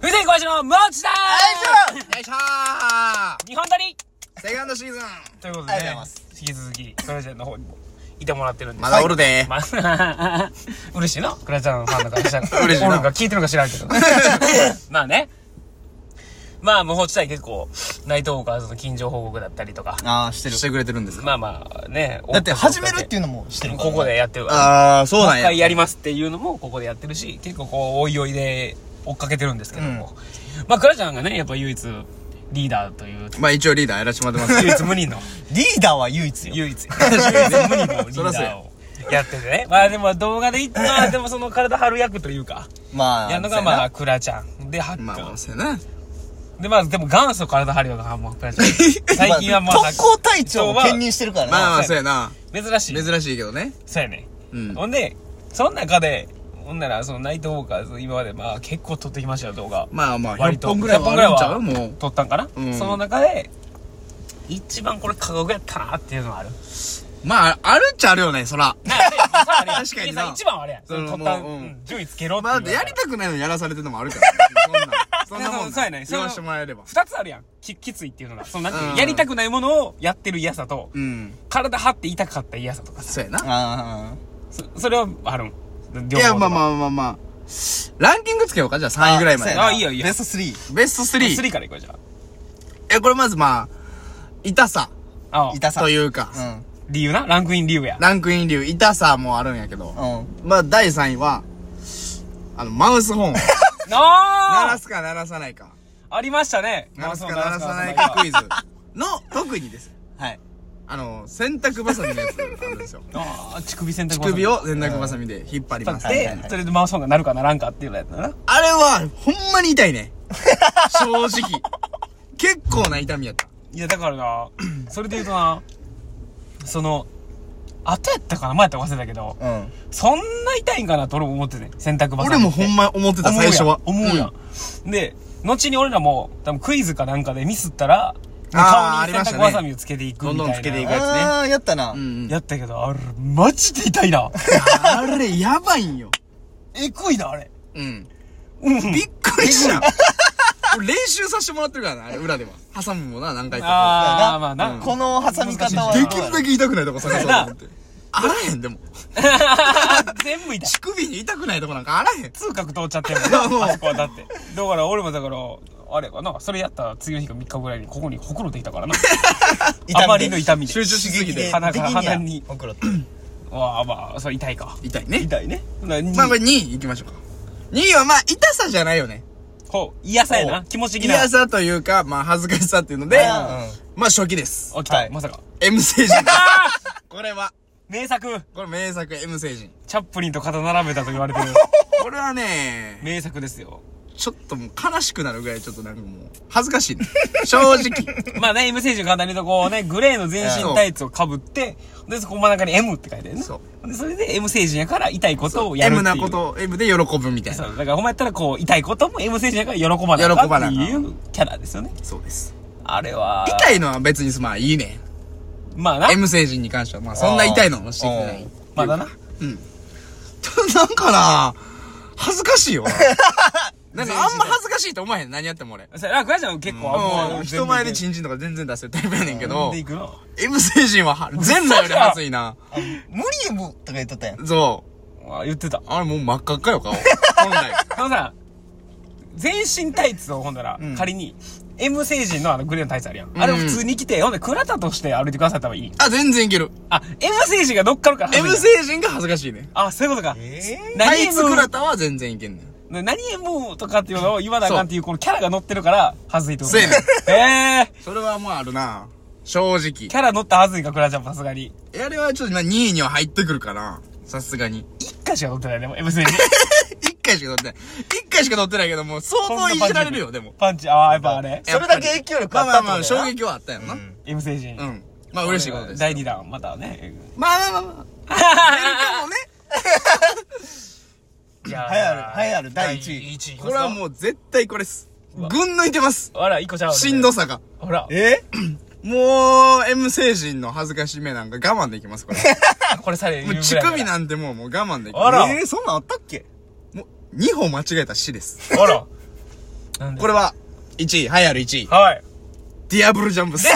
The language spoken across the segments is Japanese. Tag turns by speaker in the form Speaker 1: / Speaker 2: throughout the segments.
Speaker 1: 風船小石のもちだ
Speaker 2: よいしょー
Speaker 1: 日本撮り
Speaker 2: セカンドシーズン
Speaker 1: ということ
Speaker 2: あ
Speaker 1: で
Speaker 2: りがとうござ
Speaker 1: ね
Speaker 2: います、
Speaker 1: 引き続き、クラちゃんの方にもいてもらってるんで。
Speaker 2: まだおるで
Speaker 1: まあ、 嬉しいな、クラちゃんのファンだからしたら。
Speaker 2: 嬉しいな
Speaker 1: おるんか聞いてるのか知らん けど。まあね。まあ、無法地帯結構、ナイトウォーカーズの近所報告だったりとか。
Speaker 2: ああ、してる。してくれてるんですか
Speaker 1: まあまあ、ね。
Speaker 3: だって始めるっていうのもしてるから
Speaker 1: ここでやってるから。
Speaker 2: ああ、そう
Speaker 1: もう
Speaker 2: なん
Speaker 1: 一
Speaker 2: や。
Speaker 1: 回やりますっていうのもここでやってるし、結構こう、おいおいで追っかけてるんですけども。まあ、クラちゃんがね、やっぱ唯一リーダーという、
Speaker 2: まあ一応リーダーやらせてもらってます。
Speaker 1: 唯一無二 の。
Speaker 3: リーダーは唯一 よ
Speaker 1: 唯一唯一無二のリー
Speaker 2: そら
Speaker 1: ダ
Speaker 2: そうや
Speaker 1: ーをやっててねまあでも動画でいま あでもその体張る役というか
Speaker 3: まあ
Speaker 1: やるのがまあクラちゃんでハックン、
Speaker 2: まあまあ、そうやな。
Speaker 1: でまあでも元祖体張る役がもうクラ ちゃん最近はまあ
Speaker 3: 特攻隊長を兼任してるから
Speaker 2: まあ
Speaker 3: な
Speaker 2: まあ、そうやな。
Speaker 1: 珍しい
Speaker 2: 珍しいけどね。
Speaker 1: そうやね、
Speaker 2: うん
Speaker 1: ほんでその中でほんならそのナイトウォーカーズ今までまあ結構撮ってきましたよ動画
Speaker 2: まあまあ、
Speaker 1: 割
Speaker 2: 100
Speaker 1: と
Speaker 2: 本ぐらいはあるんちゃうもう。
Speaker 1: 撮ったんかな、
Speaker 2: うん
Speaker 1: その中で一番これ過酷やったなっていうのはある
Speaker 2: まあ、あるっちゃあるよね、そら。
Speaker 1: なあれさあれ
Speaker 2: 確かにな
Speaker 1: さ一番はあれやんその
Speaker 2: その
Speaker 1: 撮った
Speaker 2: もううん
Speaker 1: うん順位つけろってい
Speaker 2: まあ、
Speaker 1: うのが
Speaker 2: やりたくないのやらされてるのもあるから。 そんな、そんなもん
Speaker 1: そうや
Speaker 2: な
Speaker 1: ね
Speaker 2: 言わしてもらえれば。
Speaker 1: 二つあるやんききついっていうのがそのなんていうの
Speaker 2: うん
Speaker 1: やりたくないものをやってる嫌さと、
Speaker 2: うん。
Speaker 1: 体張って痛かった嫌さとかさ
Speaker 2: そうやな。
Speaker 3: あ
Speaker 1: そそれはあるん
Speaker 2: いや、まあまあまあまあ。ランキングつけようか、じゃあ3位ぐらいまで
Speaker 1: そう。やなあいいよいいよ
Speaker 3: ベスト3
Speaker 2: ベスト
Speaker 1: 3
Speaker 2: 3。
Speaker 1: からいこうじゃん
Speaker 2: え、これまずまあ、痛さ
Speaker 1: ああ
Speaker 3: 痛さ
Speaker 2: というか
Speaker 3: う、ん
Speaker 1: 理由なランクイン理由や
Speaker 2: ランクイン流、痛さもあるんやけど、
Speaker 3: うん
Speaker 2: まあ第3位は、あの、マウスホーン。鳴
Speaker 1: あ
Speaker 2: らすか鳴らさないか。
Speaker 1: あありましたね
Speaker 2: 鳴らすか
Speaker 1: ま
Speaker 2: 鳴
Speaker 1: あ
Speaker 2: ら
Speaker 1: そう
Speaker 2: さない
Speaker 1: 鳴ら
Speaker 2: かクイズの特にです。
Speaker 3: はい
Speaker 2: あの、洗濯バサミのやつあるんですよ。
Speaker 1: ああ乳首洗濯
Speaker 2: 乳
Speaker 1: バサミ
Speaker 2: 首を洗濯バサミで引っ張りま
Speaker 1: 立
Speaker 2: す。あ
Speaker 1: て
Speaker 2: れ
Speaker 1: て、
Speaker 3: はいはい
Speaker 1: それでマウス音が鳴るか鳴らんかっていうのやったな
Speaker 2: は、ほんまに痛いね。正直。結構な痛みやった。
Speaker 1: いやだからなそれで言うとなその後やったかな前やったか忘れたけど
Speaker 3: うん
Speaker 1: そんな痛いんかなと俺も思ってね洗濯バサミ
Speaker 2: 俺もほんま思ってた、
Speaker 1: 思う
Speaker 2: 最
Speaker 1: やん
Speaker 2: 初は。
Speaker 1: 思うやん、で後に俺らも多分クイズかなんかでミスったら
Speaker 2: あー
Speaker 1: 顔に洗
Speaker 2: ありました
Speaker 1: 濯
Speaker 2: ね
Speaker 1: バサミをつけていくみたいな
Speaker 2: どんどんつけていくやつね
Speaker 3: ああやったな
Speaker 2: うん。うん。
Speaker 1: やったけどあれマジで痛い な
Speaker 2: あれ、やばいんよ。
Speaker 1: えぐいなあれ
Speaker 2: うん。
Speaker 1: うん
Speaker 2: びっくりした。俺練習させてもらってるからな、あれ裏では。挟むもんな、何回か。
Speaker 1: ああまあな、
Speaker 2: うん
Speaker 3: この挟み方は
Speaker 2: できるだけ痛くないとこ探そうと思って。あらへん、でも。
Speaker 1: 全部痛い
Speaker 2: 乳首に痛くないとこなんかあらへん。
Speaker 1: 痛覚通っちゃってる
Speaker 2: も
Speaker 1: も
Speaker 2: うん
Speaker 1: あそこはだってだから俺もだからあれかなそれやった次の日か3日ぐらいにここにほくろできた からなあまりの痛みで
Speaker 2: 集中しすぎて。
Speaker 1: 鼻から
Speaker 3: 的は
Speaker 1: 鼻に
Speaker 3: ほくろって
Speaker 1: わあまあそれ痛いか
Speaker 2: 痛いね。
Speaker 1: 痛いねなに
Speaker 2: まあまあ2位行きましょうか。2位はまあ痛さじゃないよね。
Speaker 1: こう嫌さやな
Speaker 3: こ
Speaker 1: 気持ち的な
Speaker 2: 嫌さというか、まあ恥ずかしさっていうので、
Speaker 3: あ
Speaker 2: まあ初期です。
Speaker 1: 起きた、
Speaker 3: はい
Speaker 1: まさか
Speaker 2: M 星人。これは、
Speaker 1: 名作
Speaker 2: これ名作 M 星人。
Speaker 1: チャップリンと肩並べたと言われ てる
Speaker 2: これはね、
Speaker 1: 名作ですよ
Speaker 2: ちょっともう悲しくなるぐらいちょっとなんかもう、恥ずかしいね。正直。
Speaker 1: まあね M 選手簡単に言うとこうねグレーの全身タイツをかぶってでそこ真ん中に M って書いてるね
Speaker 2: そ
Speaker 1: でそれで M 星人やから痛いことをやるってい
Speaker 2: M
Speaker 1: う
Speaker 2: なことを M で喜ぶみたい
Speaker 1: そ
Speaker 2: な。
Speaker 1: うだからほんまやったらこう痛いことも M 星人やから喜ばなあかんって
Speaker 2: 喜ば
Speaker 1: いうキャラですよね
Speaker 2: そうです。
Speaker 1: あれは
Speaker 2: 痛いのは別にまあいいね。
Speaker 1: まあな
Speaker 2: M 星人に関しては、まあそんな痛いのをしてきてない。
Speaker 1: まだな
Speaker 2: なんかな、恥ず かしいよ。なんかあんま恥ずかしいと思わへん。何やっても俺。
Speaker 1: それラクラちゃんは結構あ
Speaker 2: うん、人前でチンチンとか全然出せるタイプやねんけど
Speaker 1: で、いくの
Speaker 2: M 星人はは全裸より恥ずいな。
Speaker 3: 無理もとか言っとったやん
Speaker 2: そ
Speaker 1: あ言ってた
Speaker 2: う。あれもう真っ赤っかよ、顔。本 来。
Speaker 1: あのさ、全身タイツをほんなら、仮に、M 星人のあのグレーのタイツあるやん。あれを普通に着て、ほんで倉田として歩いてくださった方がいい。
Speaker 2: あ、全然いける。
Speaker 1: あ、M 星人が乗っかるから。
Speaker 2: M 星人が恥ずかしいね。
Speaker 1: あ、そういうことか。
Speaker 3: え
Speaker 2: タ
Speaker 1: 何
Speaker 2: イツ
Speaker 1: M
Speaker 2: 倉田は全然いけんねん。
Speaker 1: 何 M とかっていうのを言わなあかんっていう、このキャラが乗ってるから、はずいってこと
Speaker 2: そうや
Speaker 1: ね。えー。
Speaker 2: それはもうあるな。正直。
Speaker 1: キャラ乗ったはずいか、倉ちゃんもさすがに。
Speaker 2: あれはちょっとまあ2位には入ってくるかな。さすがに。
Speaker 1: 一回しか乗ってないね、もう M 星人。
Speaker 2: 1回しか撮ってない。1回しか撮ってないけど、 もう相当いじられるよ、でも。
Speaker 1: パンチ、ああ、やっぱあれ。
Speaker 3: それだけ影響力
Speaker 2: ま
Speaker 3: あ
Speaker 2: あ
Speaker 3: っ
Speaker 2: ま
Speaker 3: た
Speaker 2: あ
Speaker 3: っ
Speaker 2: ま
Speaker 3: てこと
Speaker 2: あ、
Speaker 3: や
Speaker 2: 衝撃はあったやんな。う
Speaker 1: M 星人。
Speaker 2: ん。まあ嬉しいことです。
Speaker 1: 第2弾、またね。
Speaker 2: まあまあまあまあ。でもね、
Speaker 1: いや
Speaker 3: 栄えある栄えある第一位
Speaker 1: 1位。
Speaker 2: これは
Speaker 1: う。
Speaker 2: もう絶対これです。群抜いてます。
Speaker 1: あら、一個ちゃう。
Speaker 2: しんど。さが。
Speaker 1: ほら。
Speaker 3: え
Speaker 2: もう、M 成人の恥ずかしめなんか我慢できます、これ。
Speaker 1: あこれされ
Speaker 2: もう乳首なんてもうもう我慢でき
Speaker 1: あら
Speaker 2: ま
Speaker 3: えーそんなんあったっけ
Speaker 2: す。もう、2歩間違えた死です。
Speaker 1: あらなんで
Speaker 2: これは、1位、栄えある1位。
Speaker 1: はい。
Speaker 2: ディアブルジャンプス。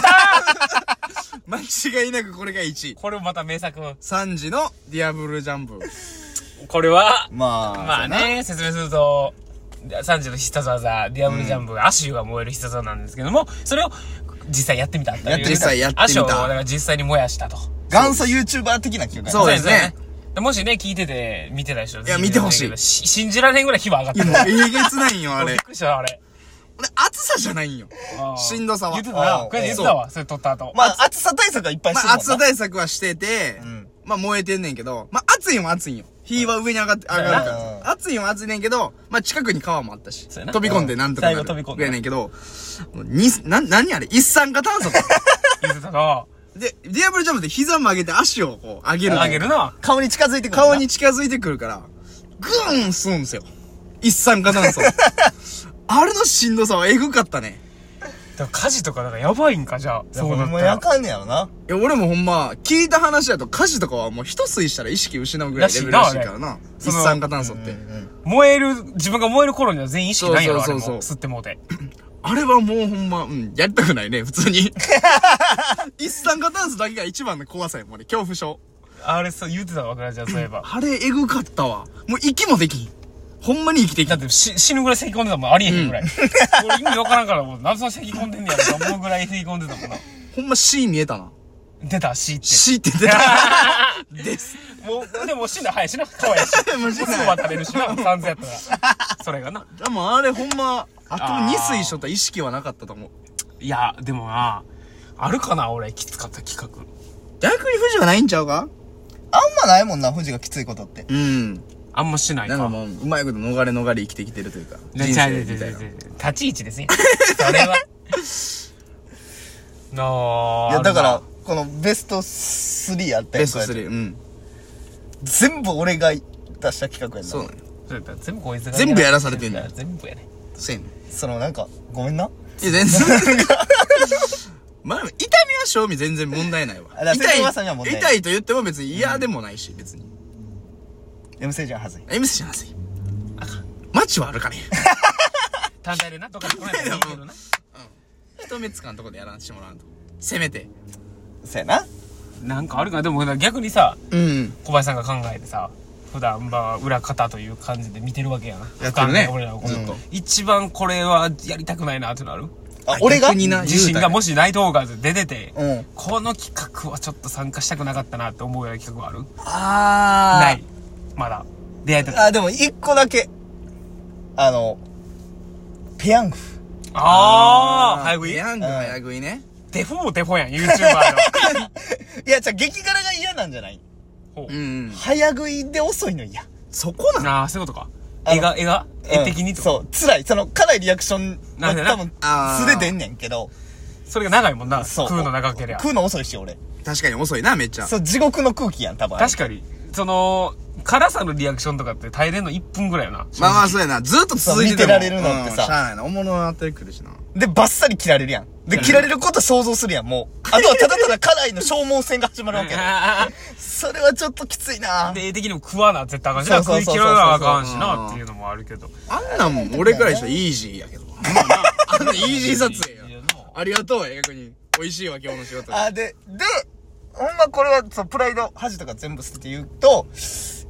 Speaker 2: 間違いなくこれが1位。
Speaker 1: これもまた名作。
Speaker 2: 3時のディアブルジャンプ。
Speaker 1: これは、
Speaker 3: まあ、
Speaker 1: まあね、説明すると、サンジの必殺技、ディアブルジャンプ、アシュが燃える必殺技なんですけども、それを実際やってみたっていう。
Speaker 2: やって実際やってみた
Speaker 1: アシュをだから実際に燃やしたと。
Speaker 3: 元祖 YouTuber 的な企画
Speaker 2: そうですね
Speaker 1: でもしね、聞いてて、見てた人、い
Speaker 2: や見てほしい
Speaker 1: 信じられへんぐらい火は上がっ
Speaker 2: いや
Speaker 1: た。
Speaker 2: もうえげつないんよ、あ
Speaker 1: びっ
Speaker 2: れ。
Speaker 1: くりした、あれ。
Speaker 2: 俺、暑さじゃないんよ。
Speaker 1: あー
Speaker 2: しんどさは。
Speaker 1: 言ってたな
Speaker 3: あ。ー
Speaker 1: これ言ってたわ、それ撮った後。
Speaker 3: まあ、暑さ対策はいっぱいし
Speaker 2: ま
Speaker 3: てる
Speaker 2: あ、
Speaker 3: もん
Speaker 2: 暑さ対策はしてて、
Speaker 3: ん
Speaker 2: まあ、燃えてんねんけど、まあ、暑いんは暑いんよ。火は上に上がって、上がるか
Speaker 3: うん
Speaker 2: ら。暑いんは暑いねんけど、まあ、近くに川もあったし、
Speaker 1: そうやな
Speaker 2: 飛び込んでなんとかな
Speaker 1: うん最後飛び込ん
Speaker 2: る。
Speaker 1: だ
Speaker 2: やねんけど、もうに、な、何あれ一酸化炭素か
Speaker 1: 言ってたな。
Speaker 2: で、ディアブルジャンプで膝曲げて足をこう、上げるのよ
Speaker 1: あげるな。
Speaker 3: 顔に近づいてくるな
Speaker 2: 顔に近づいてくるから、グーンするんですよ。一酸化 炭素。あれのしんどさはエグかったね。
Speaker 1: でも火事とかなんかやばいんか、じゃあ。
Speaker 3: そう
Speaker 1: そうな
Speaker 3: ほ
Speaker 1: っ
Speaker 3: ん
Speaker 1: た
Speaker 3: まや
Speaker 1: ら。
Speaker 3: かんねやろな。
Speaker 2: いや、俺もほんま、聞いた話だと火事とかはもう一吸いしたら意識失うぐらいレベルらしいからな。
Speaker 1: しいな
Speaker 2: 一
Speaker 1: あれ
Speaker 2: 酸化炭素って。
Speaker 1: 燃える、自分が燃える頃には全員意識ないやろ、あ
Speaker 2: そ
Speaker 1: れ
Speaker 2: う
Speaker 1: も。
Speaker 2: そうそ
Speaker 1: 吸
Speaker 2: う
Speaker 1: ってもうて。
Speaker 2: あれはもうほんま、うん、やりたくないね、普 通に。一酸化炭素だけが一番の怖さやもんね、恐怖症。
Speaker 1: あれ、そう言ってたわ、からじゃあ、そういえば。
Speaker 2: あれ、エグかったわ。もう息もできん。ほんまに生きてき
Speaker 1: だ
Speaker 2: た
Speaker 1: っ。てし死ぬぐらい咳込んでたもん、ありえへんぐらい。俺意味わからんから、もう、なぜそんな咳込んでんねやろと思うぐらい咳込んでたもんな。
Speaker 2: ほんま C 見えた な。
Speaker 1: 出た、死って。
Speaker 2: C って 出た。 です。
Speaker 1: もう、でも死んだら早いしな、可愛いし。もうすぐ渡れるしな、三千やったら。それがな。
Speaker 2: でもあれほんま、あと
Speaker 1: あー
Speaker 2: 2水しとったら意識はなかったと思う。
Speaker 1: いや、でもな、あるかな、俺、きつかった企画。
Speaker 2: 逆に富士はないんちゃうか
Speaker 3: あんまないもんな、富士がきついことって。
Speaker 2: うん。
Speaker 1: あんましない
Speaker 2: な
Speaker 1: か。
Speaker 2: んかもう、うまいこと逃れ逃れ生きてきてるというか。
Speaker 1: ね
Speaker 2: 人
Speaker 1: ちゃ
Speaker 2: 生
Speaker 1: うちゃ
Speaker 2: み
Speaker 1: うち
Speaker 2: た
Speaker 1: ゃう
Speaker 2: いな
Speaker 1: ちゃ。う立ち位置ですね。そ れは。なあ。
Speaker 3: いや、
Speaker 1: ある
Speaker 3: だ
Speaker 1: な
Speaker 3: から、、このベスト3やったや
Speaker 2: ベ
Speaker 3: ん
Speaker 2: スト
Speaker 3: こうやって
Speaker 2: 3。うん。
Speaker 3: 全部俺が出した企画やんな。
Speaker 2: そうなの。
Speaker 1: そうやった全部こいつが
Speaker 2: 全部やらされてんねん
Speaker 1: 全部やね。
Speaker 2: せん。いや、
Speaker 3: そのなんか、ごめんな。
Speaker 2: 全然。 まあでも、痛みは正味全然問題ないわ
Speaker 3: あだ。か
Speaker 2: 痛
Speaker 3: ら
Speaker 2: い
Speaker 3: 瀬戸川さんには問題ない
Speaker 2: 痛いと言っても別に嫌でもないし、別に。
Speaker 3: M 聖じゃんはずい。
Speaker 2: あ、MC じゃなさい。街はあるかね。
Speaker 1: 単体でな、とか来ないといいけどな。
Speaker 2: 一目つかんとこでやらしてもらうと。せめて。
Speaker 3: そうやな。
Speaker 1: なんかあるかなでも逆にさ、
Speaker 2: うん。
Speaker 1: 小林さんが考えてさ普段まあ裏方という感じで見てるわけやな
Speaker 2: やってるね
Speaker 1: 俯瞰で俺らのこと、
Speaker 2: ずっと
Speaker 1: 一番これはやりたくないなってなる
Speaker 3: あ、俺が
Speaker 2: 逆にな、
Speaker 1: 自信
Speaker 2: 言
Speaker 1: が
Speaker 2: うたら
Speaker 1: もしナイトオーガーズで出てて、
Speaker 3: うん
Speaker 1: この企画はちょっと参加したくなかったなって思うような企画はある
Speaker 2: あー。
Speaker 1: ない。まだ出会えた時
Speaker 3: あ、でも一個だけ。あの、ペヤング。
Speaker 1: あー
Speaker 2: ー
Speaker 1: 早食い
Speaker 2: ヤング早食いね。
Speaker 1: デフォもデフォやん YouTuber の
Speaker 3: いや、じゃあ激辛が嫌なんじゃない
Speaker 1: ほ
Speaker 2: う。
Speaker 1: うん
Speaker 3: 早食いで遅いの嫌。
Speaker 2: そこなの
Speaker 1: ああそういうことか
Speaker 3: あの
Speaker 1: 絵が絵が絵的に
Speaker 3: うん
Speaker 1: と
Speaker 3: そう、辛い。その、辛いリアクション
Speaker 1: な
Speaker 3: は
Speaker 1: んでな
Speaker 3: 多分
Speaker 2: あ、ー
Speaker 3: 素で出んねんけど。
Speaker 1: それが長いもんな
Speaker 3: そう
Speaker 1: 食うの長けりゃ
Speaker 3: 食うの遅いし、俺。
Speaker 2: 確かに遅いな、めっちゃ。
Speaker 3: そう、地獄の空気やん、多分。
Speaker 1: 確かにその辛さのリアクションとかって耐えれんの1分ぐらいやな
Speaker 2: まあまあそうやな。ずっと続いて
Speaker 3: そう見てられるのっ
Speaker 2: う
Speaker 3: てさ
Speaker 2: んしゃあないな。おもろなってくるしな。
Speaker 3: で、バッサリ切られるやん。で、切られること想像するやん、も う。あとはただただ辛いの消耗戦が始まるわけやそれはちょっときつい な
Speaker 1: で、絵的にも食わな、絶対あかんしな。
Speaker 3: そ
Speaker 1: 食
Speaker 3: う
Speaker 1: い
Speaker 3: そうそうそう
Speaker 1: 切らなあかんし
Speaker 2: うん
Speaker 1: な、っていうのもあるけど。
Speaker 2: あんなんも俺からしたらイージーやけど。まあな。あんなんイージー撮影
Speaker 1: いい
Speaker 2: や
Speaker 1: よ。
Speaker 2: ありがとうや、逆に。美味しいわ、今日の仕事。
Speaker 3: あ、で、で、ほんまこれは、そう、プライド、恥とか全部捨てて言うと、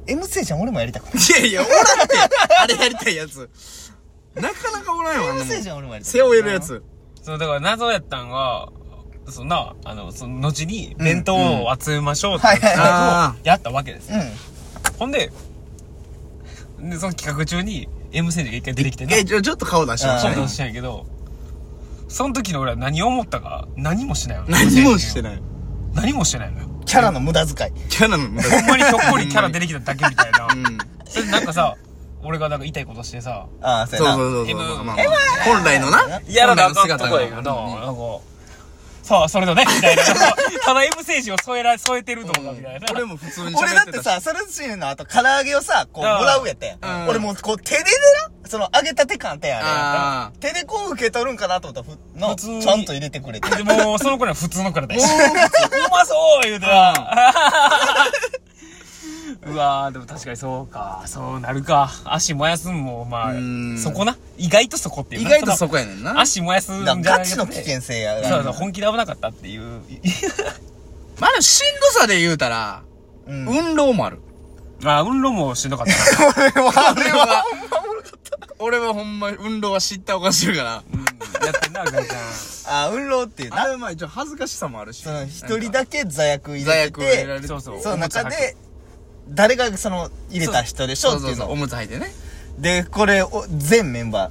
Speaker 3: M 聖ちゃん俺もやりたくない。
Speaker 2: いやいや、おらんって。あれやりたいやつ。なかなかおらんよ、あん
Speaker 3: M
Speaker 2: なも
Speaker 3: 聖ち
Speaker 2: ん。
Speaker 3: ゃん俺もやりたく
Speaker 2: 背
Speaker 3: ない。
Speaker 2: 負えるやつ。
Speaker 1: そう、だから謎やったんが、そんな、あの、その、後に、弁当を集めましょうっていう企
Speaker 3: うん
Speaker 2: はい
Speaker 1: 画
Speaker 2: は
Speaker 1: をやったわけですよ。
Speaker 3: う
Speaker 1: ほんで、で、その企画中に、M 選手が一回出てきて
Speaker 2: え、
Speaker 1: ね、
Speaker 2: ちょ、ちょっと顔出してまし
Speaker 1: ちょ
Speaker 2: た
Speaker 1: っ
Speaker 2: ね
Speaker 1: と。したんやけど、その時の俺は何を思ったか、何もしないの。。
Speaker 2: 何もしてないい。
Speaker 1: 何もしてないのよ。
Speaker 3: ん。キャラの無駄遣い。
Speaker 2: キャラの無駄
Speaker 1: ほんまにひょっこりキャラ出てきただけみたいな。
Speaker 2: うん。
Speaker 1: それでなんかさ、俺がなんか痛いことしてさ、
Speaker 3: ああ、
Speaker 2: そう
Speaker 3: そ
Speaker 2: そう
Speaker 3: うやな。
Speaker 2: そうそう
Speaker 1: M
Speaker 2: まあまあ。本来のな。
Speaker 1: やらなあかんと
Speaker 2: 本来
Speaker 1: こ
Speaker 2: の
Speaker 1: やけど
Speaker 2: 姿
Speaker 1: な、
Speaker 2: が
Speaker 1: なんか、さあ、それだね、みたいな。ただ M 政治を添えら、添えてると思うみたいな。
Speaker 2: 俺も普通に
Speaker 3: 俺だ
Speaker 2: 喋
Speaker 3: っ
Speaker 2: って
Speaker 3: て
Speaker 2: たし。
Speaker 3: さ、それシーンの後、唐揚げをさ、こう、も
Speaker 1: ああ
Speaker 3: らうやったや。
Speaker 2: うんん
Speaker 3: 俺もう、こう、手でねな、その、揚げたて感あったやん、あ
Speaker 2: あ
Speaker 3: れ。手でこう受け取るんかなと思ったら、
Speaker 1: 普
Speaker 3: ふ
Speaker 1: 通に
Speaker 3: の、ちゃんと入れてくれて。
Speaker 1: でも、その 子には普通のからだし。うまそう言うてな。 うわー、でも確かにそうか。そうなるか。足燃やすんも、まあ
Speaker 2: うーん、
Speaker 1: そこな。意外とそこっていう
Speaker 2: 意
Speaker 1: な。
Speaker 2: 外とそこやねん
Speaker 1: そ
Speaker 2: な
Speaker 1: の。足燃やすんじゃ
Speaker 3: だ
Speaker 1: な
Speaker 3: からガ
Speaker 1: い
Speaker 3: チの危険性や
Speaker 1: そうそう、本気で危なかったっていう。
Speaker 2: まあでもしんどさで言うたら、
Speaker 3: うん
Speaker 2: 運動もある。
Speaker 1: まあ、運動もしんどかったな。
Speaker 2: 俺は、俺はほんま運動は知ったおかしてるから。
Speaker 1: うん、やってんな、ガちゃん。
Speaker 3: あ、運浪っていう
Speaker 2: あ
Speaker 3: な。
Speaker 2: れまあ一応恥ずかしさもあるし。
Speaker 3: その、一人だけ座薬入
Speaker 2: 罪
Speaker 3: れ
Speaker 2: 悪
Speaker 3: て
Speaker 2: を入れら
Speaker 3: て、
Speaker 2: れる。
Speaker 1: そうそう
Speaker 3: その中
Speaker 1: おむつ履
Speaker 3: で、誰がその、入れた人でしょ
Speaker 2: そう
Speaker 3: って
Speaker 2: そ
Speaker 3: いうう
Speaker 2: そう。
Speaker 3: の
Speaker 2: お。むつ履いてね。
Speaker 3: で、これを、全メンバ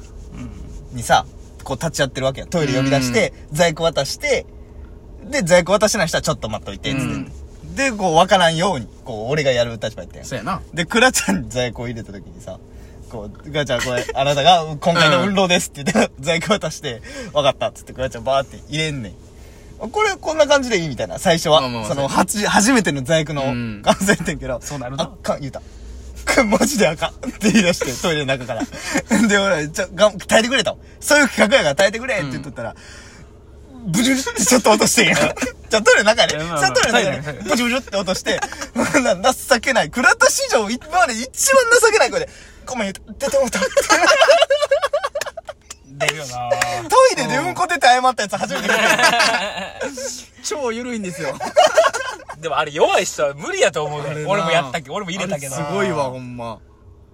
Speaker 3: ーにさ、こう立ち会ってるわけや。トイレ呼び出して、座薬渡して、で、座薬渡してない人はちょっと待っといて、つっ
Speaker 2: うん
Speaker 3: て。で、こう、わからんように、こう、俺がやる立場やったやん。
Speaker 2: そうやな。
Speaker 3: で、クラちゃんに座薬を入れた時にさ、こう、クラちゃんこれ、あなたが今回の運動ですって言って、 座薬渡して、わかったっつってクラちゃんバーって入れんねん。あこれ、こんな感じでいいみたいな、最初は。
Speaker 2: まあまあまあ
Speaker 3: その、はじ、初めての座薬の
Speaker 2: うん
Speaker 3: 感想やってんけど。
Speaker 1: そうなるな
Speaker 3: あかん、言うた。 マジであかんって言い出して、トイレの中から。 で、俺、ちょ、がん、耐えてくれと。そういう企画やから耐えてくれって言っとったら、ブジュルってちょっと落としてんやん。じゃあ、トイレの中で、
Speaker 1: い
Speaker 3: ね、
Speaker 1: や
Speaker 3: そ
Speaker 1: まあ
Speaker 3: れトイレの
Speaker 1: は
Speaker 3: 中で、
Speaker 1: いはいはい
Speaker 3: ブチブチって落として、ほんなら情けない。倉田史上、今まで一番情けない声で、ごめん、出てもうた。ト
Speaker 1: 出るよな
Speaker 3: イレでうんこ出て謝ったやつ初めて聞いた。
Speaker 2: 超緩いんですよ。
Speaker 1: でもあれ弱い人は無理やと思うね。
Speaker 2: れな
Speaker 1: 俺もやったけど、俺も入れたけど。
Speaker 2: あすごいわ、ほんま。。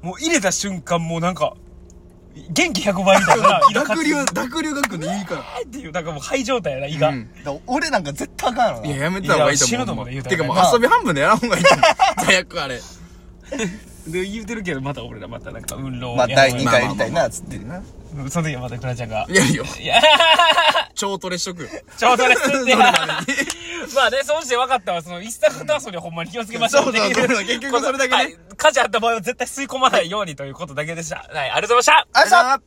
Speaker 1: もう入れた瞬間、もうなんか、元気100倍みたいな胃が勝
Speaker 2: 濁
Speaker 1: 手に
Speaker 2: 流、濁流が来るのいいか
Speaker 1: っていう、なんかもう肺状態やな、胃
Speaker 2: ら。
Speaker 1: が。
Speaker 2: う ん。
Speaker 3: だから俺なんか絶対あかんやろ
Speaker 2: いや、
Speaker 3: な。
Speaker 2: やめた方がいいと
Speaker 1: いや死
Speaker 2: 思
Speaker 1: ぬ
Speaker 2: う。
Speaker 1: と思うね言うた
Speaker 2: て
Speaker 1: ら
Speaker 2: か
Speaker 1: ね
Speaker 2: もう遊び半分でやらん方がいいと思う。 罪悪あれ。
Speaker 1: で、言うてるけど、また俺らまたなんか、運動
Speaker 3: まあ、第
Speaker 1: 二
Speaker 3: 2回やりたいな、つって
Speaker 1: う
Speaker 3: な。
Speaker 1: んその時はまたクラちゃんが。
Speaker 2: いやいよ。
Speaker 1: いや、
Speaker 2: 超トレしとくよ。
Speaker 1: ちょうどですっ
Speaker 2: それ
Speaker 1: て。
Speaker 2: ま
Speaker 1: まあね、そうして分かったわ。その、一作と遊びはほんまに気をつけましょうっていう。
Speaker 2: そうそうそう結局それだけね
Speaker 1: はい。火事あった場合は絶対吸い込まないようにということだけでした。はい、ありがとうございました
Speaker 3: あいしょ
Speaker 2: あ